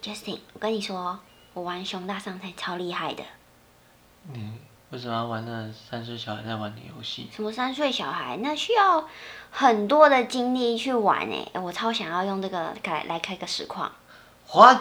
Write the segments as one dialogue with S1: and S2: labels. S1: Justin，我跟你说，我玩熊大上菜超厉害的。
S2: 你为什么要玩那三岁小孩在玩的游戏？
S1: 什么三岁小孩，那需要很多的精力去玩诶、欸我超想要用这个来来开个实况。
S2: 还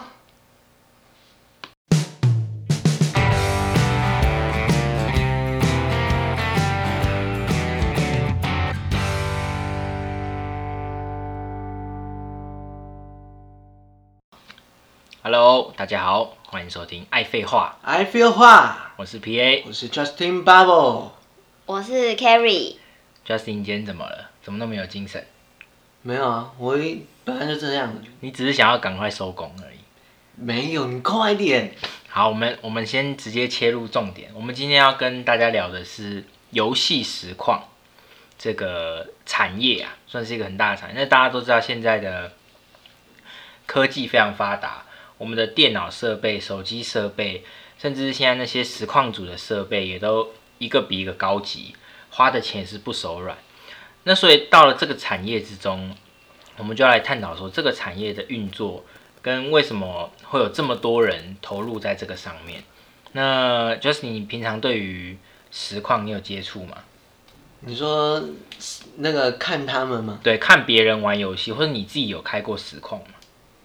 S3: ？Hello，大家好，欢迎收听《爱废话
S2: I feel 话，》，
S3: 我是 PA
S2: 我是 Justin Bubble，
S1: 我是 Carrie，
S3: Justin。今天怎么了？怎么那么有精神？
S2: 没有啊，我一本来就这样，
S3: 你只是想要赶快收工而已。
S2: 没有，你快点。
S3: 好，我们我们先直接切入重点。我们今天要跟大家聊的是游戏实况这个产业啊，算是一个很大的产业。那大家都知道，现在的科技非常发达，我们的电脑设备、手机设备，甚至是现在那些实况组的设备，也都一个比一个高级，花的钱也是不手软。那所以到了这个产业之中，我们就要来探讨说这个产业的运作跟为什么会有这么多人投入在这个上面。那就是你平常对于实况你有接触吗？
S2: 你说那个看他们吗？
S3: 对，看别人玩游戏，或者你自己有开过实况吗？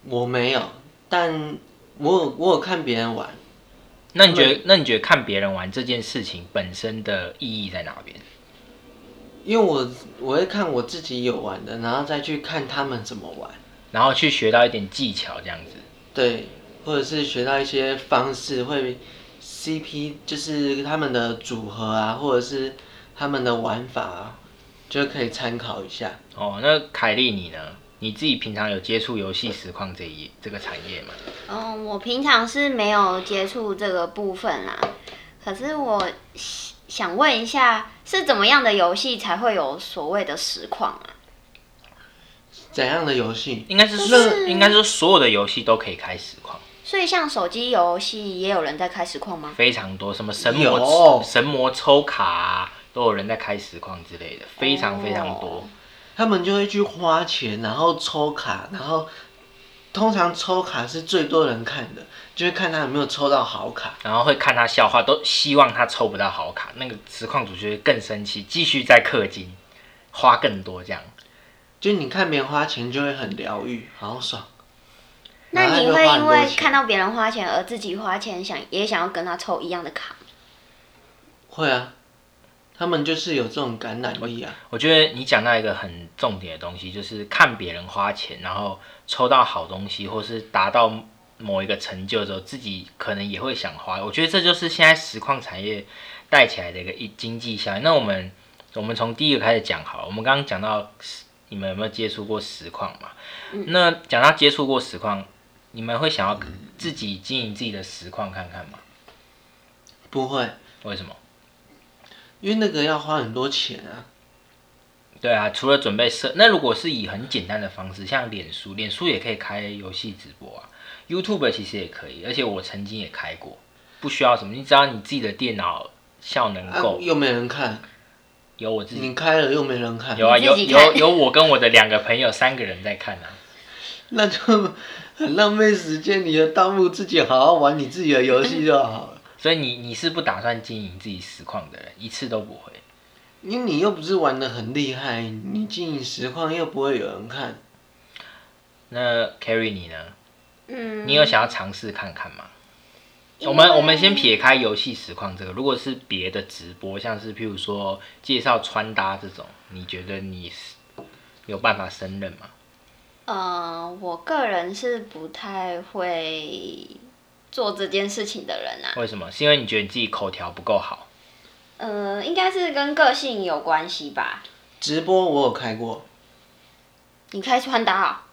S2: 我没有，但我有我有看别人玩，
S3: 那你觉得，那你觉得看别人玩这件事情本身的意义在哪边？
S2: 因为我我会看我自己有玩的，然后再去看他们怎么玩，
S3: 然后去学到一点技巧这样子。
S2: 对，或者是学到一些方式会 CP，就是他们的组合啊，或者是他们的玩法啊，就可以参考一下。
S3: 哦，那凯莉你呢？你自己平常有接触游戏实况这一这个产业吗？
S1: 嗯，我平常是没有接触这个部分啦，可是我想想问一下，是怎么样的游戏才会有所谓的实况啊？
S2: 怎样的游戏？
S3: 应该是
S1: 就是
S3: 说，应该说所有的游戏都可以开实况，
S1: 所以像手机游戏也有人在开实况吗？
S3: 非常多，什么神
S2: 有
S3: 魔神魔抽卡、啊、都有人在开实况之类的，非常非常多。
S1: 哦
S2: 他们就会去花钱，然后抽卡，然后通常抽卡是最多人看的，就是看他有没有抽到好卡。
S3: 然后会看他笑话，都希望他抽不到好卡。那个实况组就会更生气，继续再氪金，花更多这样。
S2: 就你看别人花钱就会很疗愈，好爽。然
S1: 那
S2: 后
S1: 你
S2: 就
S1: 会
S2: 花很
S1: 因
S2: 多
S1: 为
S2: 钱
S1: 看到别人花钱而自己花钱想也想要跟他抽一样的卡吗？
S2: 会啊，他们就是有这种感染力啊。
S3: 我觉得你讲到一个很重点的东西，就是看别人花钱，然后抽到好东西，或是达到某一个成就之后，自己可能也会想花。我觉得这就是现在实况产业带起来的一个一经济效应。那我们我们从第一个开始讲好了。我们刚刚讲到实你们有没有接触过实况嘛？那讲到接触过实况，你们会想要自己经营自己的实况看看吗？
S2: 不会，
S3: 为什么？
S2: 因为那个要花很多钱啊。
S3: 对啊，除了准备设，那如果是以很简单的方式，像脸书，脸书也可以开游戏直播啊，YouTube 其实也可以，而且我曾经也开过，不需要什么，你只要你自己的电脑效能
S2: 啊
S1: 嗯
S3: 够，，
S2: 又没人看，
S3: 有我自己
S2: 你开了又没人看，
S3: 有啊，
S1: 嗯你
S3: 有
S1: 自己看
S3: 有有我跟我的两个朋友三个人在看啊，
S2: 那就很浪费时间。你的盗墓自己好好玩你自己的游戏就好了，
S3: 所以你你是不打算经营自己实况的人，一次都不会。
S2: 因为你又不是玩的很厉害，你经营实况又不会有人看。
S3: 那 Carry 你呢？
S1: 嗯，
S3: 你有想要尝试看看吗？
S1: 因为
S3: 我们我们先撇开游戏实况这个，如果是别的直播，像是譬如说介绍穿搭这种，你觉得你是有办法胜任吗？
S1: 呃，我个人是不太会做这件事情的人啊。
S3: 为什么？是因为你觉得你自己口条不够好？
S1: 呃，应该是跟个性有关系吧。
S2: 直播我有开过，
S1: 你开穿搭啊、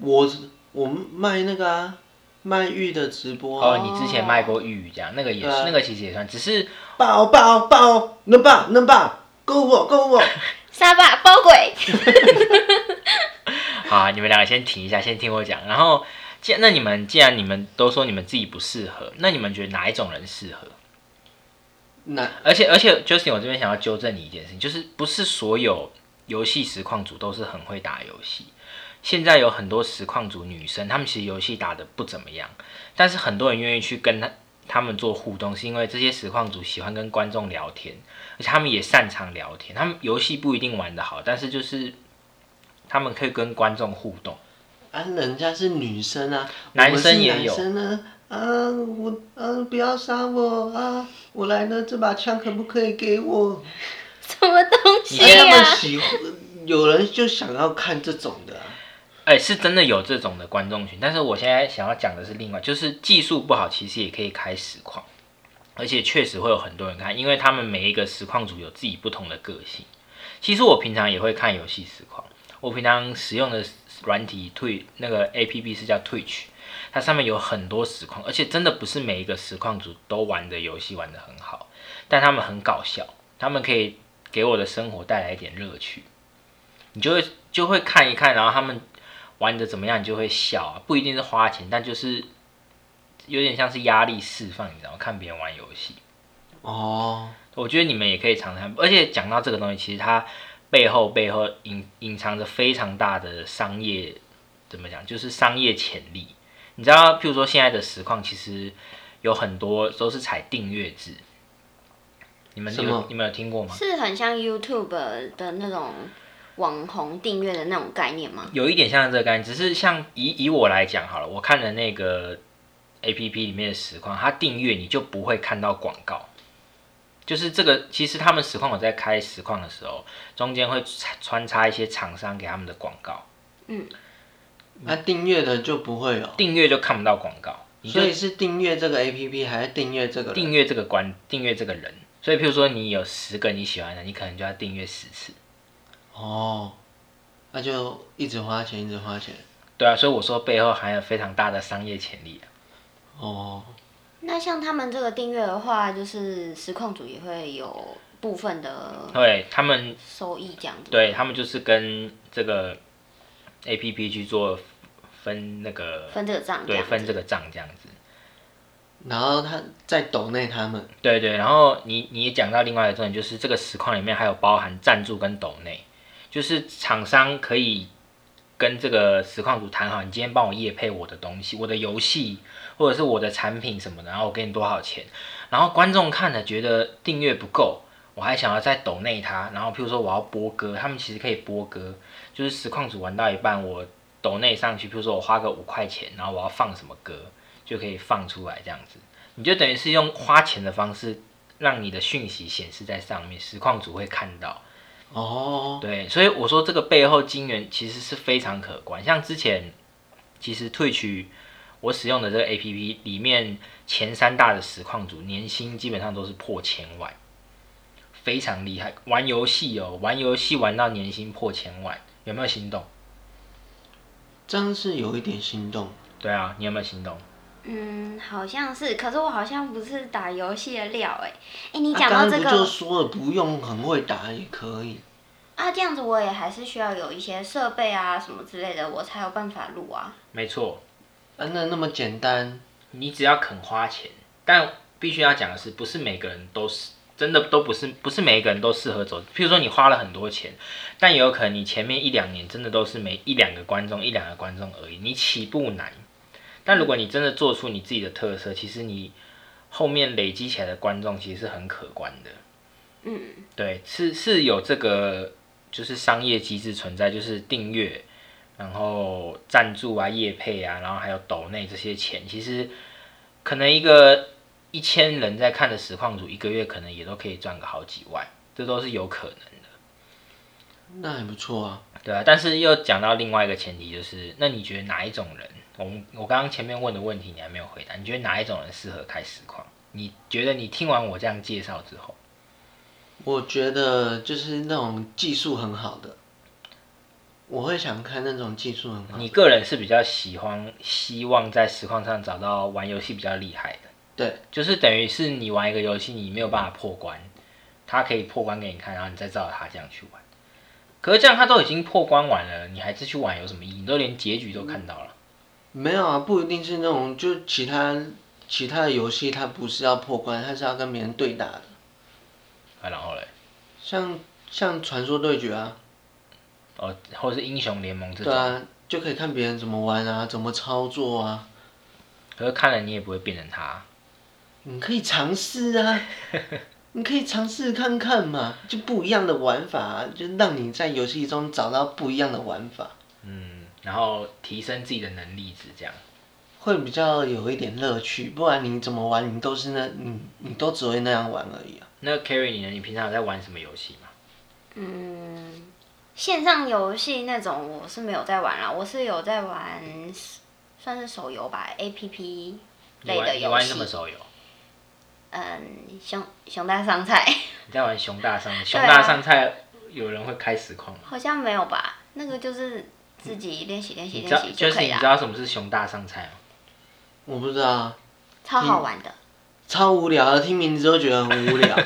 S2: 我我卖那个啊，卖玉的直播
S3: 哦，
S2: 啊，
S3: 你之前卖过玉这样，那个也是
S2: 对啊
S3: 那个其实也算，只是
S2: 爆爆爆，能爆能爆，够我够我，
S1: 沙发包鬼，
S3: 好啊，你们两个先停一下，先听我讲。然后，既那你们既然你们都说你们自己不适合，那你们觉得哪一种人适合？
S2: 那
S3: 而且而且，Justin，我这边想要纠正你一件事情，就是不是所有游戏实况组都是很会打游戏，现在有很多实况组女生，她们其实游戏打得不怎么样，但是很多人愿意去跟她她们做互动，是因为这些实况组喜欢跟观众聊天，而且他们也擅长聊天。他们游戏不一定玩得好，但是就是他们可以跟观众互动。
S2: 啊，人家是女生啊，
S3: 男
S2: 我是
S3: 生也有
S2: 男生呢啊，我啊，不要杀我啊！我来了，这把枪可不可以给我？
S1: 什么东西
S2: 哎、他
S1: 呀、
S2: 们
S1: 啊？
S2: 喜欢，有人就想要看这种的、啊，
S3: 哎、是真的有这种的观众群，但是我现在想要讲的是另外，就是技术不好，其实也可以开实况，而且确实会有很多人看，因为他们每一个实况组有自己不同的个性。其实我平常也会看游戏实况，我平常使用的软体 Twitch 那个 APP 是叫 Twitch，它上面有很多实况，而且真的不是每一个实况组都玩的游戏玩的很好，但他们很搞笑，他们可以给我的生活带来一点乐趣。你就会就会看一看，然后他们玩的怎么样，你就会笑啊，不一定是花钱，但就是有点像是压力释放，你知道吗？看别人玩游戏，
S2: 哦，
S3: 我觉得你们也可以尝尝。而且讲到这个东西，其实它背后背后隐隐藏着非常大的商业，怎么讲，就是商业潜力。你知道，譬如说现在的实况，其实有很多都是采订阅制。你们
S2: 什么
S3: 有你们有听过吗？
S1: 是很像 YouTube 的那种网红订阅的那种概念吗？
S3: 有一点像这个概念，只是像以以我来讲好了，我看的那个 A P P 里面的实况，它订阅你就不会看到广告。就是这个，其实他们实况我在开实况的时候，中间会穿穿插一些厂商给他们的广告，
S2: 那、啊订阅的就不会有，
S3: 订阅就看不到广告，你就
S2: 所以是订阅这个 A P P 还是订阅这个人？
S3: 订阅这个关，订阅这个人。所以，譬如说你有十个你喜欢的，你可能就要订阅十次。
S2: 哦，那就一直花钱，一直花钱。
S3: 对啊，所以我说背后含有非常大的商业潜力啊、
S2: 哦，
S1: 那像他们这个订阅的话，就是实况组也会有部分的
S3: 对他们
S1: 收益这样子。
S3: 对他们就是跟这个 A P P 去做分那个
S1: 分这个账，这
S3: 对
S1: 样子
S3: 分这个账这样子。
S2: 然后他再抖内他们，
S3: 对对，然后你你也讲到另外一个重点，就是这个实况里面还有包含赞助跟抖内，就是厂商可以跟这个实况组谈好，你今天帮我业配我的东西，我的游戏或者是我的产品什么的，然后我给你多少钱，然后观众看了觉得订阅不够，我还想要再抖内他，然后譬如说我要播歌，他们其实可以播歌，就是实况组玩到一半，我抖内上去，譬如说我花个五块钱，然后我要放什么歌就可以放出来这样子。你就等于是用花钱的方式，让你的讯息显示在上面，实况组会看到。
S2: 哦，
S3: 对，所以我说这个背后金源其实是非常可观。像之前其实退去我使用的这个 APP 里面前三大的实况组年薪基本上都是破千万，非常厉害。玩游戏哦，玩游戏玩到年薪破千万，有没有心动？
S2: 这样是有一点心动。
S3: 对啊，你有没有心动？
S1: 嗯，好像是，可是我好像不是打游戏的料哎、哎、你
S2: 啊
S1: 讲到
S2: 刚
S1: 这
S2: 刚
S1: 个
S2: 不就说了不用很会打也可以，
S1: 啊，这样子我也还是需要有一些设备啊什么之类的，我才有办法录啊。
S3: 没错，
S2: 啊，那那么简单，
S3: 你只要肯花钱，但必须要讲的是，不是每个人都是真的都不是不是每一个人都适合走。譬如说你花了很多钱，但也有可能你前面一两年真的都是每一两个观众一两个观众而已，你起步难。但如果你真的做出你自己的特色，其实你后面累积起来的观众其实是很可观的。
S1: 嗯，
S3: 对，是是有这个就是商业机制存在，就是订阅，然后赞助啊、业配啊，然后还有抖内这些钱，其实可能一个一千人在看的实况组，一个月可能也都可以赚个好几万，这都是有可能的，
S2: 那还不错啊。
S3: 对啊。但是又讲到另外一个前提，就是那你觉得哪一种人？我们我刚刚前面问的问题你还没有回答，你觉得哪一种人适合开实况？你觉得你听完我这样介绍之后，
S2: 我觉得就是那种技术很好的，我会想看那种技术很好。
S3: 你个人是比较喜欢希望在实况上找到玩游戏比较厉害的，
S2: 对，
S3: 就是等于是你玩一个游戏你没有办法破关，他可以破关给你看，然后你再照着他这样去玩。可是这样他都已经破关完了，你还是去玩有什么意义？你都连结局都看到了，
S2: 没有啊，不一定是那种，就其他其他的游戏它不是要破关，它是要跟别人对打的，
S3: 啊，然后嘞，
S2: 像像传说对决啊，
S3: 哦，或者是英雄联盟这
S2: 对
S3: 种，
S2: 啊，就可以看别人怎么玩啊，怎么操作啊，
S3: 可是看了你也不会变成他，
S2: 你嗯可以尝试啊，你可以尝试看看嘛，就不一样的玩法、啊，就让你在游戏中找到不一样的玩法，
S3: 嗯，然后提升自己的能力值这样。
S2: 会比较有一点乐趣。不然你怎么玩，你都是那你你都只会那样玩而已啊。
S3: 那 Carry 你呢？你平常有在玩什么游戏吗？
S1: 嗯，线上游戏那种我是没有在玩啦，我是有在玩，算是手游吧，A P P
S3: 你
S1: 类的
S3: 玩你
S1: 游
S3: 玩什么
S1: 戏。
S3: 手游？
S1: 嗯，熊熊大上菜
S3: 你在玩熊大上菜？熊
S1: 对啊
S3: 大上菜有人会开实况吗？
S1: 好像没有吧？那个就是自己练习练习
S3: 你知道
S1: 练习
S3: 就是
S1: 可以
S3: 你知
S1: 啦，
S3: 道什么是熊大上菜吗？
S2: 我不知道，啊，
S1: 超
S3: 嗯
S1: 好玩的。
S2: 超无聊的，听名字都觉得很无聊。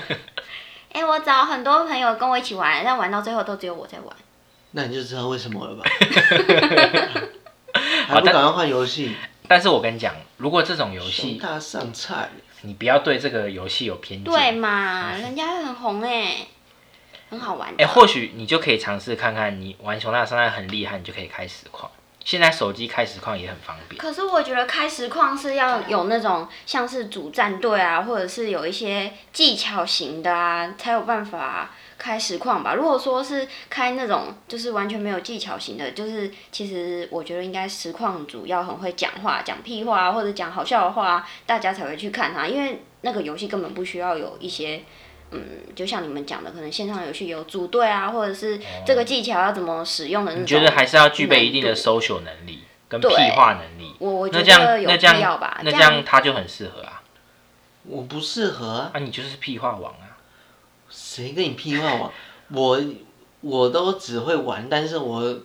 S1: 哎、我找很多朋友跟我一起玩，但玩到最后都只有我在玩。
S2: 那你就知道为什么了吧？
S3: 好
S2: 还不
S3: 但
S2: 赶快换游戏？
S3: 但是我跟你讲，如果这种游
S2: 熊
S3: 戏，
S2: 大上菜，
S3: 你不要对这个游戏有偏见。
S1: 对嘛，人家很红哎、很好玩
S3: 哎、
S1: 的。
S3: 或许你就可以尝试看看，你玩熊大上菜很厉害，你就可以开实况。现在手机开实况也很方便。
S1: 可是我觉得开实况是要有那种像是主战队啊，或者是有一些技巧型的啊，才有办法开实况吧。如果说是开那种就是完全没有技巧型的，就是其实我觉得应该实况主要很会讲话，讲屁话啊或者讲好笑的话啊，大家才会去看它，因为那个游戏根本不需要有一些。嗯，就像你们讲的，可能线上游戏有组队啊，或者是这个技巧要怎么使用的那种。
S3: 哦你觉得还是要具备一定的
S1: 难度
S3: social 能力跟屁
S1: 对
S3: 话能力。
S1: 我我觉
S3: 那这样
S1: 得有
S3: 那这
S1: 必要
S3: 样
S1: 吧？
S3: 那这样他就很适合啊。
S2: 我不适合啊。
S3: 啊，你就是屁话王啊！
S2: 谁跟你屁话玩？ 我我都只会玩，但是我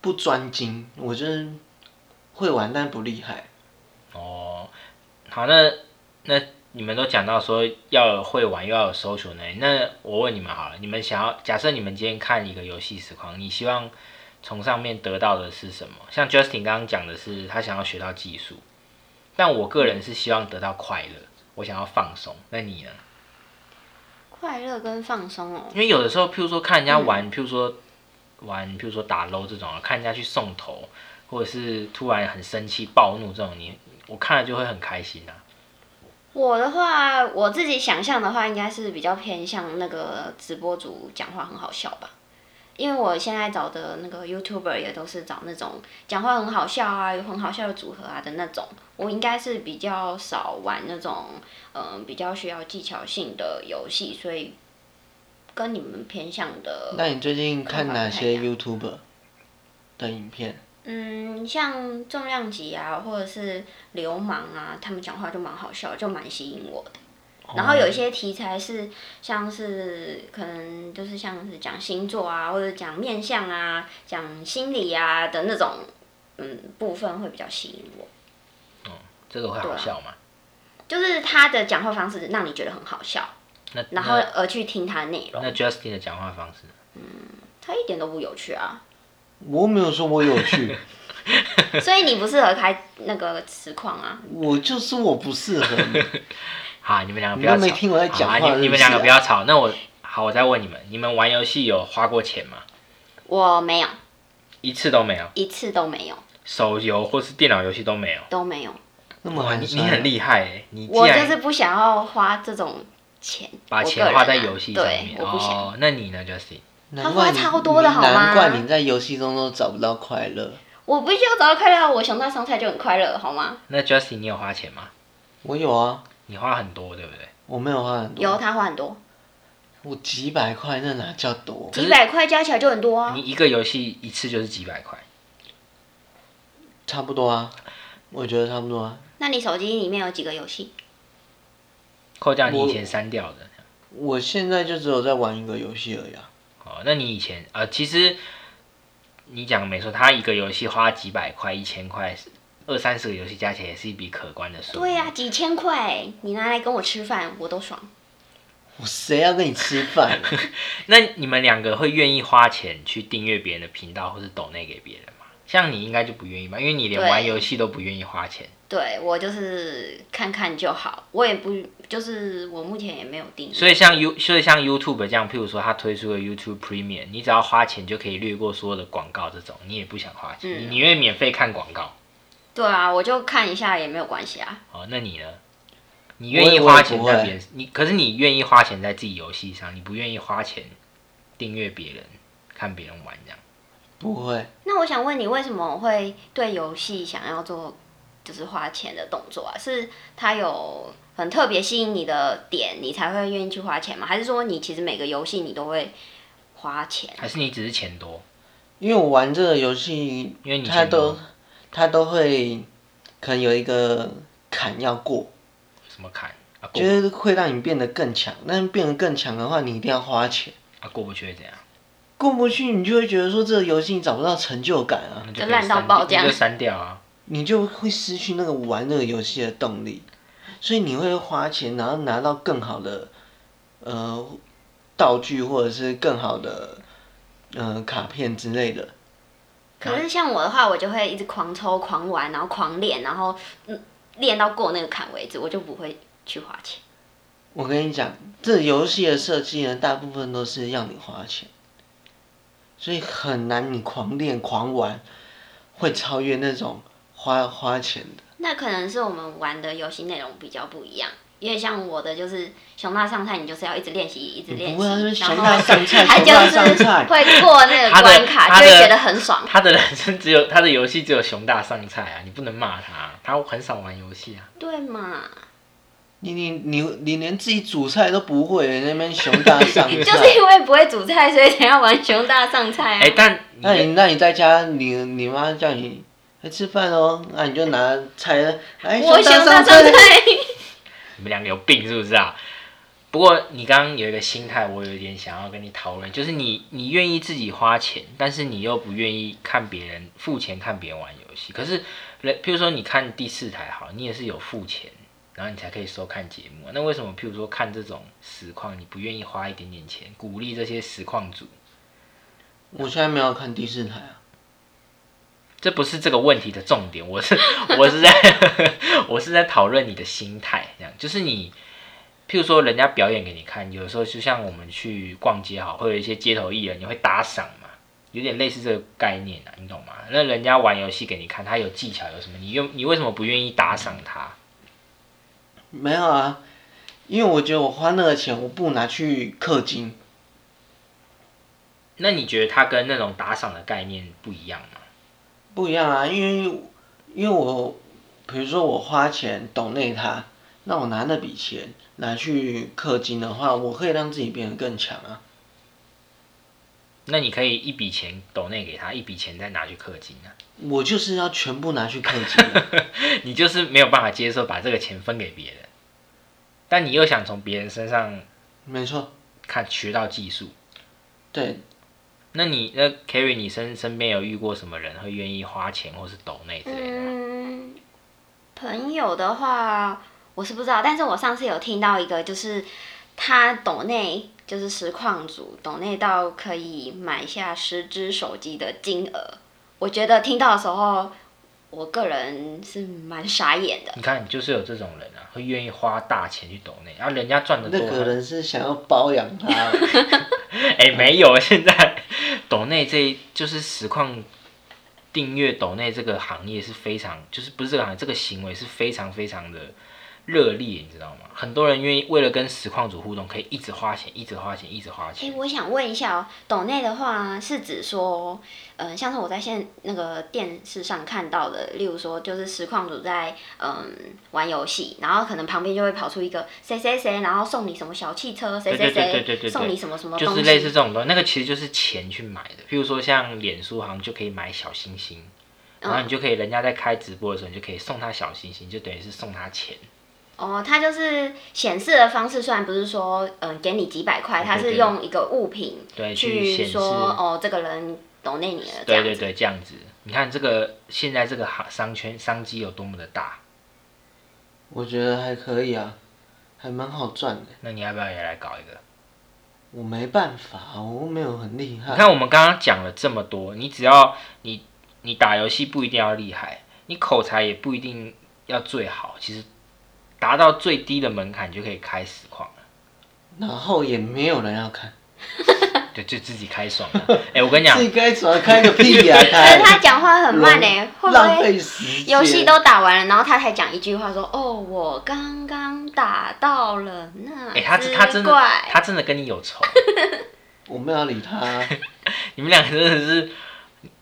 S2: 不专精，我就是会玩但不厉害。
S3: 哦，好，那那你们都讲到说要有会玩，又要有 social 能力。那我问你们好了，你们想要假设你们今天看一个游戏实况，你希望从上面得到的是什么？像 Justin 刚刚讲的是他想要学到技术，但我个人是希望得到快乐，我想要放松。那你呢？
S1: 快乐跟放松哦。
S3: 因为有的时候，譬如说看人家玩，譬如说玩，譬如说打 low 这种，啊看人家去送头，或者是突然很生气、暴怒这种，你我看了就会很开心啊。
S1: 我的话，我自己想象的话，应该是比较偏向那个直播主讲话很好笑吧。因为我现在找的那个 YouTuber 也都是找那种讲话很好笑啊，有很好笑的组合啊的那种。我应该是比较少玩那种，嗯、比较需要技巧性的游戏，所以跟你们偏向的
S2: 那你最近看哪些
S1: 看
S2: YouTube 的影片？
S1: 嗯，像重量级啊，或者是流氓啊，他们讲话就蛮好笑，就蛮吸引我的。然后有一些题材是像是可能就是像是讲星座啊，或者讲面相啊，讲心理啊的那种，嗯，部分会比较吸引我。
S3: 这个会
S1: 啊
S3: 好笑吗？
S1: 就是他的讲话方式让你觉得很好笑，
S3: 那
S1: 然后而去听他的内
S3: 那
S1: 容，
S3: 那 Justin 的讲话方式呢，
S1: 他一点都不有趣啊。
S2: 我没有说我有趣，
S1: 所以你不适合开那个实况啊。
S2: 我就说我不适合 你。
S3: 好，你们两个
S2: 你
S3: 不要
S2: 都没
S3: 吵
S2: 听我在讲
S3: 好啊
S2: 话
S3: 你你
S2: 是不
S3: 们
S2: 是
S3: 两个
S2: 啊
S3: 不要吵。那我好，我再问你们，你们玩游戏有花过钱吗？
S1: 我没有，
S3: 一次都没有，
S1: 一次都没有，
S3: 手游或是电脑游戏都没有。
S1: 都没有。
S2: 那么
S3: 哇，
S2: 寒
S3: 你
S2: 酸
S3: 你很厉害、
S2: 啊
S3: 欸，你竟
S1: 我就
S3: 然
S1: 是不想要花这种钱，
S3: 把
S1: 我个
S3: 钱
S1: 人
S3: 花
S1: 啊
S3: 在游戏上
S1: 对，
S3: 面、
S1: 我不想。
S3: 哦，那你呢，Justin？
S2: 难怪你
S1: 他花超多的好吗
S2: 难怪你在游戏中都找不到快乐。
S1: 我不需要找到快乐啊，我熊大上菜就很快乐，好吗？
S3: 那 Justin 你有花钱吗？
S2: 我有啊，
S3: 你花很多，对不对？
S2: 我没有花很多，
S3: 嗯
S1: 有他花很多，
S2: 我几百块那哪叫多？
S1: 几百块加起来就很多啊
S3: 你。一个游戏一次就是几百块，
S2: 差不多啊，我觉得差不多啊。
S1: 那你手机里面有几个游戏？
S3: 扣掉你
S2: 我
S3: 以前删掉的。
S2: 我现在就只有在玩一个游戏而已啊。
S3: 哦，那你以前呃，其实你讲的没错，他一个游戏花几百块、一千块，二三十个游戏加起来也是一笔可观的数。
S1: 对呀、、几千块，你拿来跟我吃饭，我都爽。
S2: 我谁要跟你吃 饭？
S3: 那你们两个会愿意花钱去订阅别人的频道，或是抖内给别人吗？像你应该就不愿意吧，因为你连
S1: 对
S3: 玩游戏都不愿意花钱。
S1: 对我就是看看就好，我也不就是我目前也没有订阅，
S3: 所以像 You，所以像 YouTube 这样，譬如说它推出了 YouTube Premium，你只要花钱就可以略过所有的广告，这种你也不想花钱，
S1: 嗯
S3: 你宁愿免费看广告。
S1: 对啊，我就看一下也没有关系啊。
S3: 哦，那你呢？你
S2: 我也
S3: 愿意花
S2: 我
S3: 钱
S2: 也不
S3: 在
S2: 会
S3: 别人，你可是你愿意花钱在自己游戏上，你不愿意花钱订阅别人看别人玩这样。
S2: 不会，
S1: 那我想问你，为什么会对游戏想要做就是花钱的动作啊？是它有很特别吸引你的点，你才会愿意去花钱吗？还是说你其实每个游戏你都会花钱？啊
S3: 还是你只是钱多？
S2: 因为我玩这个游戏，
S3: 因为你
S2: 它
S3: 钱
S2: 都
S3: 多，
S2: 它都会可能有一个坎要过，
S3: 什么砍啊过
S2: 就是会让你变得更强。但变得更强的话，你一定要花钱。
S3: 啊过不去会怎样？
S2: 过不去，你就会觉得说这个游戏你找不到成就感啊，
S3: 那
S1: 就
S3: 可以
S1: 烂到
S3: 删
S1: 爆
S3: 掉
S1: 这样
S3: 那就删掉啊。
S2: 你就会失去那个玩那个游戏的动力，所以你会花钱，然后拿到更好的呃道具或者是更好的呃卡片之类的。
S1: 可是像我的话，我就会一直狂抽、狂玩，然后狂练，然后嗯练到过那个坎为止，我就不会去花钱。
S2: 我跟你讲，这游戏的设计呢，大部分都是要你花钱，所以很难你狂练狂玩会超越那种花花钱的。
S1: 那可能是我们玩的游戏内容比较不一样，因为像我的就是熊大上菜，你就是要一直练习，一直
S2: 你
S1: 练
S2: 不会啊，
S1: 习，
S2: 熊
S1: 然
S2: 大
S1: 后
S2: 上菜，
S1: 他
S2: 熊
S1: 就
S2: 大
S1: 是
S2: 上菜。
S1: 会过那个
S3: 他的
S1: 关卡，
S3: 他
S1: 就
S3: 的
S1: 会觉得很爽。
S3: 他的人生只有他的游戏只有熊大上菜啊，你不能骂他，他很少玩游戏啊。
S1: 对嘛？
S2: 你你你你连自己煮菜都不会，那边熊大 上菜。
S1: 就是因为不会煮菜，所以才要玩熊大上菜啊。
S3: 哎、但你
S2: 那你那你在家，你你妈叫你来吃饭哦，那你就拿菜，哎，
S1: 我
S2: 大
S1: 熊大
S2: 上
S1: 上菜，
S3: 你们两个有病是不是啊？不过你刚刚有一个心态，我有一点想要跟你讨论，就是你你愿意自己花钱，但是你又不愿意看别人付钱看别人玩游戏。可是，人譬如说你看第四台好，你也是有付钱，然后你才可以收看节目啊。那为什么譬如说看这种实况，你不愿意花一点点钱鼓励这些实况组？
S2: 我现在没有看第四台啊，
S3: 这不是这个问题的重点，我是 我是在 我是在讨论你的心态，这样就是你，譬如说人家表演给你看，有时候就像我们去逛街好，会有一些街头艺人，你会打赏嘛，有点类似这个概念啊，你懂吗？那人家玩游戏给你看，他有技巧有什么，你用你为什么不愿意打赏他？
S2: 没有啊，因为我觉得我花那个钱，我不拿去氪金，
S3: 那你觉得他跟那种打赏的概念不一样吗？
S2: 不一样啊，因为因为我，比如说我花钱懂内他，那我拿那笔钱拿去氪金的话，我可以让自己变得更强啊。
S3: 那你可以一笔钱抖内给他，一笔钱再拿去氪金啊，
S2: 我就是要全部拿去氪金啊、
S3: 你就是没有办法接受把这个钱分给别人，但你又想从别人身上
S2: 没错，
S3: 看学到技术。
S2: 对，
S3: 那你那 Kerry，你身身边有遇过什么人会愿意花钱或是抖内之类的吗？
S1: 嗯，朋友的话我是不知道，但是我上次有听到一个，就是他抖内就是实况组抖内到可以买下十只手机的金额，我觉得听到的时候，我个人是蛮傻眼的。
S3: 你看，就是有这种人啊，会愿意花大钱去抖内，然、后人家赚的
S2: 那
S3: 多。啊
S2: 个人是想要包养他，啊
S3: 哎、没有，现在抖内这一就是实况订阅抖内这个行业是非常，就是不是这个行业，这个行为是非常非常的热烈，你知道吗？很多人愿意为了跟实况主互动，可以一直花钱，一直花钱，一直花
S1: 哎、
S3: 钱。
S1: 我想问一下哦，抖内的话是指说，嗯、像是我在现那个电视上看到的，例如说就是实况组在嗯、玩游戏，然后可能旁边就会跑出一个谁谁谁，然后送你什么小汽车，谁谁
S3: 对对对对
S1: 谁
S3: 对对
S1: 送你什么什么
S3: 就
S1: 东
S3: 是
S1: 西，
S3: 类似这种东西，那个其实就是钱去买的。譬如说像脸书好像就可以买小星星，然
S1: 嗯
S3: 后你就可以人家在开直播的时候，你就可以送他小星星，就等于是送他钱。
S1: 哦，它就是显示的方式，虽然不是说嗯、给你几百块，
S3: 对
S1: 它
S3: 对
S1: 是
S3: 对
S1: 用一个物品
S3: 对，去
S1: 去
S3: 显示
S1: 说哦这个人抖内你了这
S3: 对
S1: 样
S3: 对
S1: 子。
S3: 对，这样子，你看这个现在这个行商圈商机有多么的大，
S2: 我觉得还可以啊，还蛮好赚的。
S3: 那你要不要也来搞一个？
S2: 我没办法，我没有很厉
S3: 你
S2: 害。
S3: 看我们刚刚讲了这么多，你只要你你打游戏不一定要厉害，你口才也不一定要最好，其实达到最低的门槛就可以开实况了，
S2: 然后也没有人要看，
S3: 对，就自己开爽了。哎、我跟你讲
S2: 自，己该爽开个屁 呀、
S1: 可是他
S2: 开
S1: 讲话很慢呢、会不
S2: 浪
S1: 会
S2: 费时间。
S1: 游戏都打完了，然后他才讲一句话说：“哦，我刚刚打到了那
S3: 哎、他
S1: 只
S3: 他真的
S1: 怪。
S3: 他真的跟你有仇，
S2: 我没有要理他，
S3: 你们两个真的是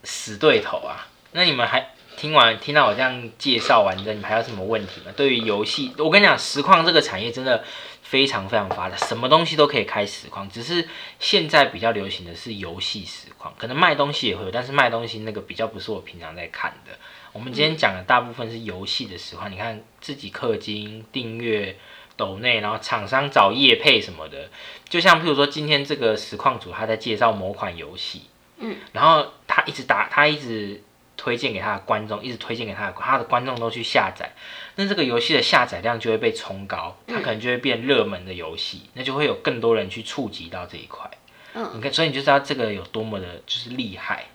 S3: 死对头啊！那你们还听完听到我这样介绍完之后，你们还有什么问题吗？对于游戏，我跟你讲，实况这个产业真的非常非常发达，什么东西都可以开实况，只是现在比较流行的是游戏实况，可能卖东西也会有，但是卖东西那个比较不是我平常在看的。我们今天讲的大部分是游戏的实况，你看自己氪金、订阅、抖内，然后厂商找业配什么的，就像譬如说今天这个实况组他在介绍某款游戏，
S1: 嗯，
S3: 然后他一直打，他一直推荐给他的观众，一直推荐给他的他的观众都去下载，那这个游戏的下载量就会被冲高，它可能就会变热门的游戏，那就会有更多人去触及到这一块。
S1: 嗯，
S3: 你看，所以你就知道这个有多么的就是厉害。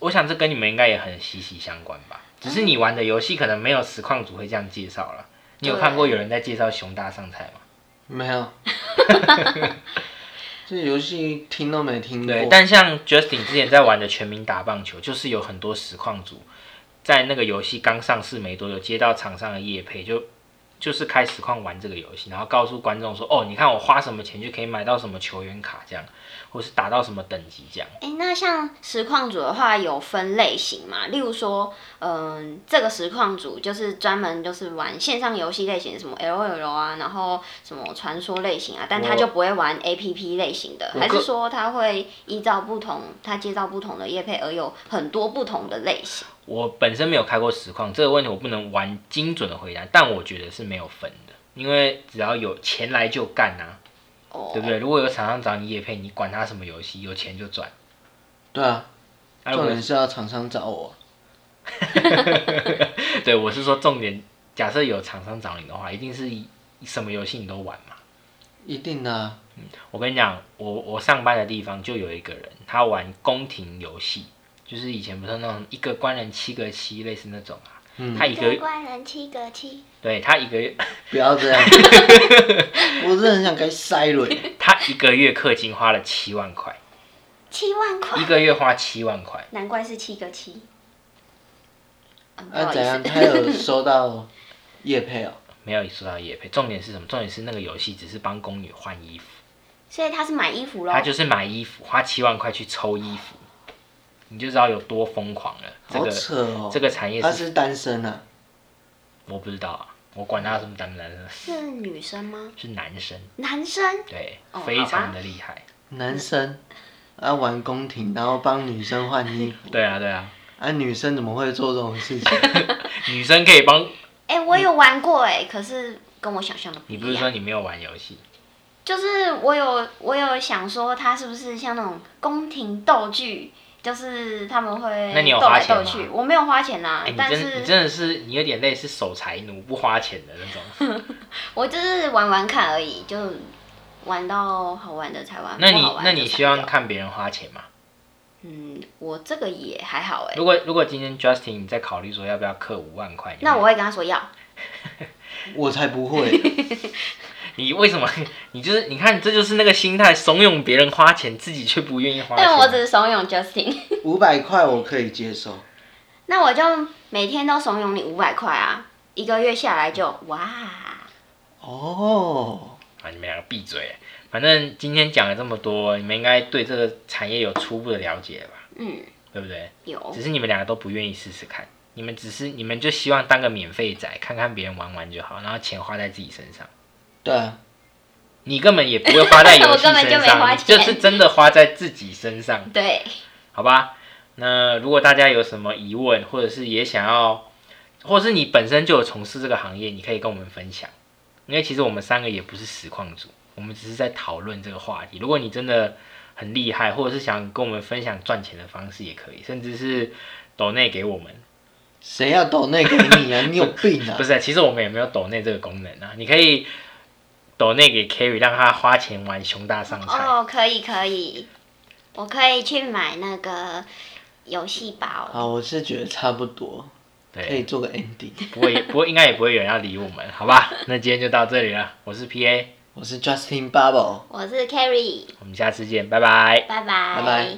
S3: 我想这跟你们应该也很息息相关吧，只是你玩的游戏可能没有实况组会这样介绍了。你有
S1: 对
S3: 看过有人在介绍熊大上菜吗？
S2: 没有。这游戏听都没听过。
S3: 对，但像 Justin 之前在玩的全民打棒球，就是有很多实况组在那个游戏刚上市没多久，接到厂商的业配，就就是开实况玩这个游戏，然后告诉观众说，哦，你看我花什么钱就可以买到什么球员卡这样，或是打到什么等级这样。
S1: 哎、那像实况组的话有分类型嘛？例如说，嗯、这个实况组就是专门就是玩线上游戏类型，什么 L O L 啊，然后什么传说类型啊，但他
S3: 我
S1: 就不会玩 A P P 类型的，
S3: 我
S1: 还
S3: 个
S1: 是说他会依照不同他接到不同的业配而有很多不同的类型？
S3: 我本身没有开过实况，这个问题我不能完精准的回答，但我觉得是没有分的，因为只要有钱来就干啊，
S1: 哦，
S3: 对不对？如果有厂商找你业配，你管他什么游戏，有钱就赚。
S2: 对啊，
S3: 啊、如
S2: 重
S3: 果
S2: 点是要厂商找我。
S3: 对，我是说重点，假设有厂商找你的话，一定是以什么游戏你都玩嘛。
S2: 一定的啊、
S3: 我跟你讲，我我上班的地方就有一个人，他玩宫廷游戏，就是以前不是那种一个官人七个七，类似那种啊。
S2: 嗯
S3: 他一个
S4: 官人七个七，
S3: 对他一个月
S2: 不要 这样，我真的很想该塞了。
S3: 他一个月氪金花了七万块，
S4: 七万
S3: 一
S4: 块，
S3: 个月花七万块。
S1: 难怪是七个七。嗯不
S2: 啊，
S1: 好意
S2: 怎样？
S1: 思，
S2: 他有收到叶配哦？
S3: 没有说到夜配，重点是什么？重点是那个游戏只是帮宫女换衣服，
S1: 所以他是买衣服喽
S3: 她。就是买衣服，花七万块去抽衣服，你就知道有多疯狂了。 这
S2: 好
S3: 个
S2: 扯哦！
S3: 这个产业
S2: 他
S3: 是
S2: 是单身啊，
S3: 我不知道啊，我管他什么男不男生，
S1: 是女生吗？
S3: 是男生，
S1: 男生？
S3: 对，
S1: 哦
S3: 非常的厉害。
S2: 男生啊玩宫廷，然后帮女生换衣服，
S3: 对啊，对啊，
S2: 啊女生怎么会做这种事情？
S3: 女生可以帮
S1: 哎、我有玩过哎、可是跟我想象的不
S3: 你，
S1: 一
S3: 不是
S1: 样。
S3: 说你没有玩游戏？
S1: 就是我有我有想说，他是不是像那种宫廷斗剧，就是他们会
S3: 那你有
S1: 斗
S3: 花
S1: 来
S3: 钱
S1: 斗
S3: 吗
S1: 去。我没有花钱啊，
S3: 哎、你
S1: 但
S3: 真你
S1: 是
S3: 真的是你有点类似守财奴，不花钱 的那种。
S1: 我就是玩玩看而已，就玩到好玩的才玩。
S3: 那你
S1: 不好玩
S3: 那
S1: 就
S3: 你
S1: 删
S3: 希望
S1: 掉？
S3: 看别人花钱吗？
S1: 嗯，我这个也还好哎、
S3: 如果如果今天 Justin 你在考虑说要不要氪五万块，你
S1: 那
S3: 会
S1: 我会跟他说要，
S2: 我才不会，
S3: 你为什么？ 你就是你看，这就是那个心态，怂恿别人花钱，自己却不愿意花钱。
S1: 但我只是怂恿 Justin，
S2: 五百块我可以接受，
S1: 那我就每天都怂恿你五百块啊，一个月下来就哇，
S2: 哦，
S3: 啊，你们两个闭嘴！反正今天讲了这么多，你们应该对这个产业有初步的了解了吧？
S1: 嗯，哦
S3: 对不对？
S1: 有
S3: 只是你们两个都不愿意试试看，你们只是你们就希望当个免费仔，看看别人玩玩就好，然后钱花在自己身上。
S2: 对啊，
S3: 你根本也不会花在 游
S1: 我
S3: 戏
S1: 根本就
S3: 身
S1: 没花
S3: 上，你
S1: 钱
S3: 就是真的花在自己身上。
S1: 对。
S3: 好吧？那如果大家有什么疑问，或者是也想要，或者是你本身就有从事这个行业，你可以跟我们分享。因为其实我们三个也不是实况组，我们只是在讨论这个话题。如果你真的很厉害，或者是想跟我们分享赚钱的方式，也可以，甚至是抖内给我们。
S2: 谁要抖那给你啊？你有病啊
S3: 不！是，其实我们也没有抖内这个功能啊。你可以抖内给 Kerry，让他花钱
S1: 哦
S3: 玩熊大上菜。
S1: 哦，可以可以，我可以去买那个游戏吧。
S2: 好，我是觉得差不多，可以
S3: 对，
S2: 做个 ending。
S3: 不会不会，应该也不会有人要理我们，好吧？那今天就到这里了，我是 PA，
S2: 我是 Justin Bubble。
S1: 我是 Carry，
S3: 我们下次见，拜拜。
S1: 拜拜，
S2: 拜拜。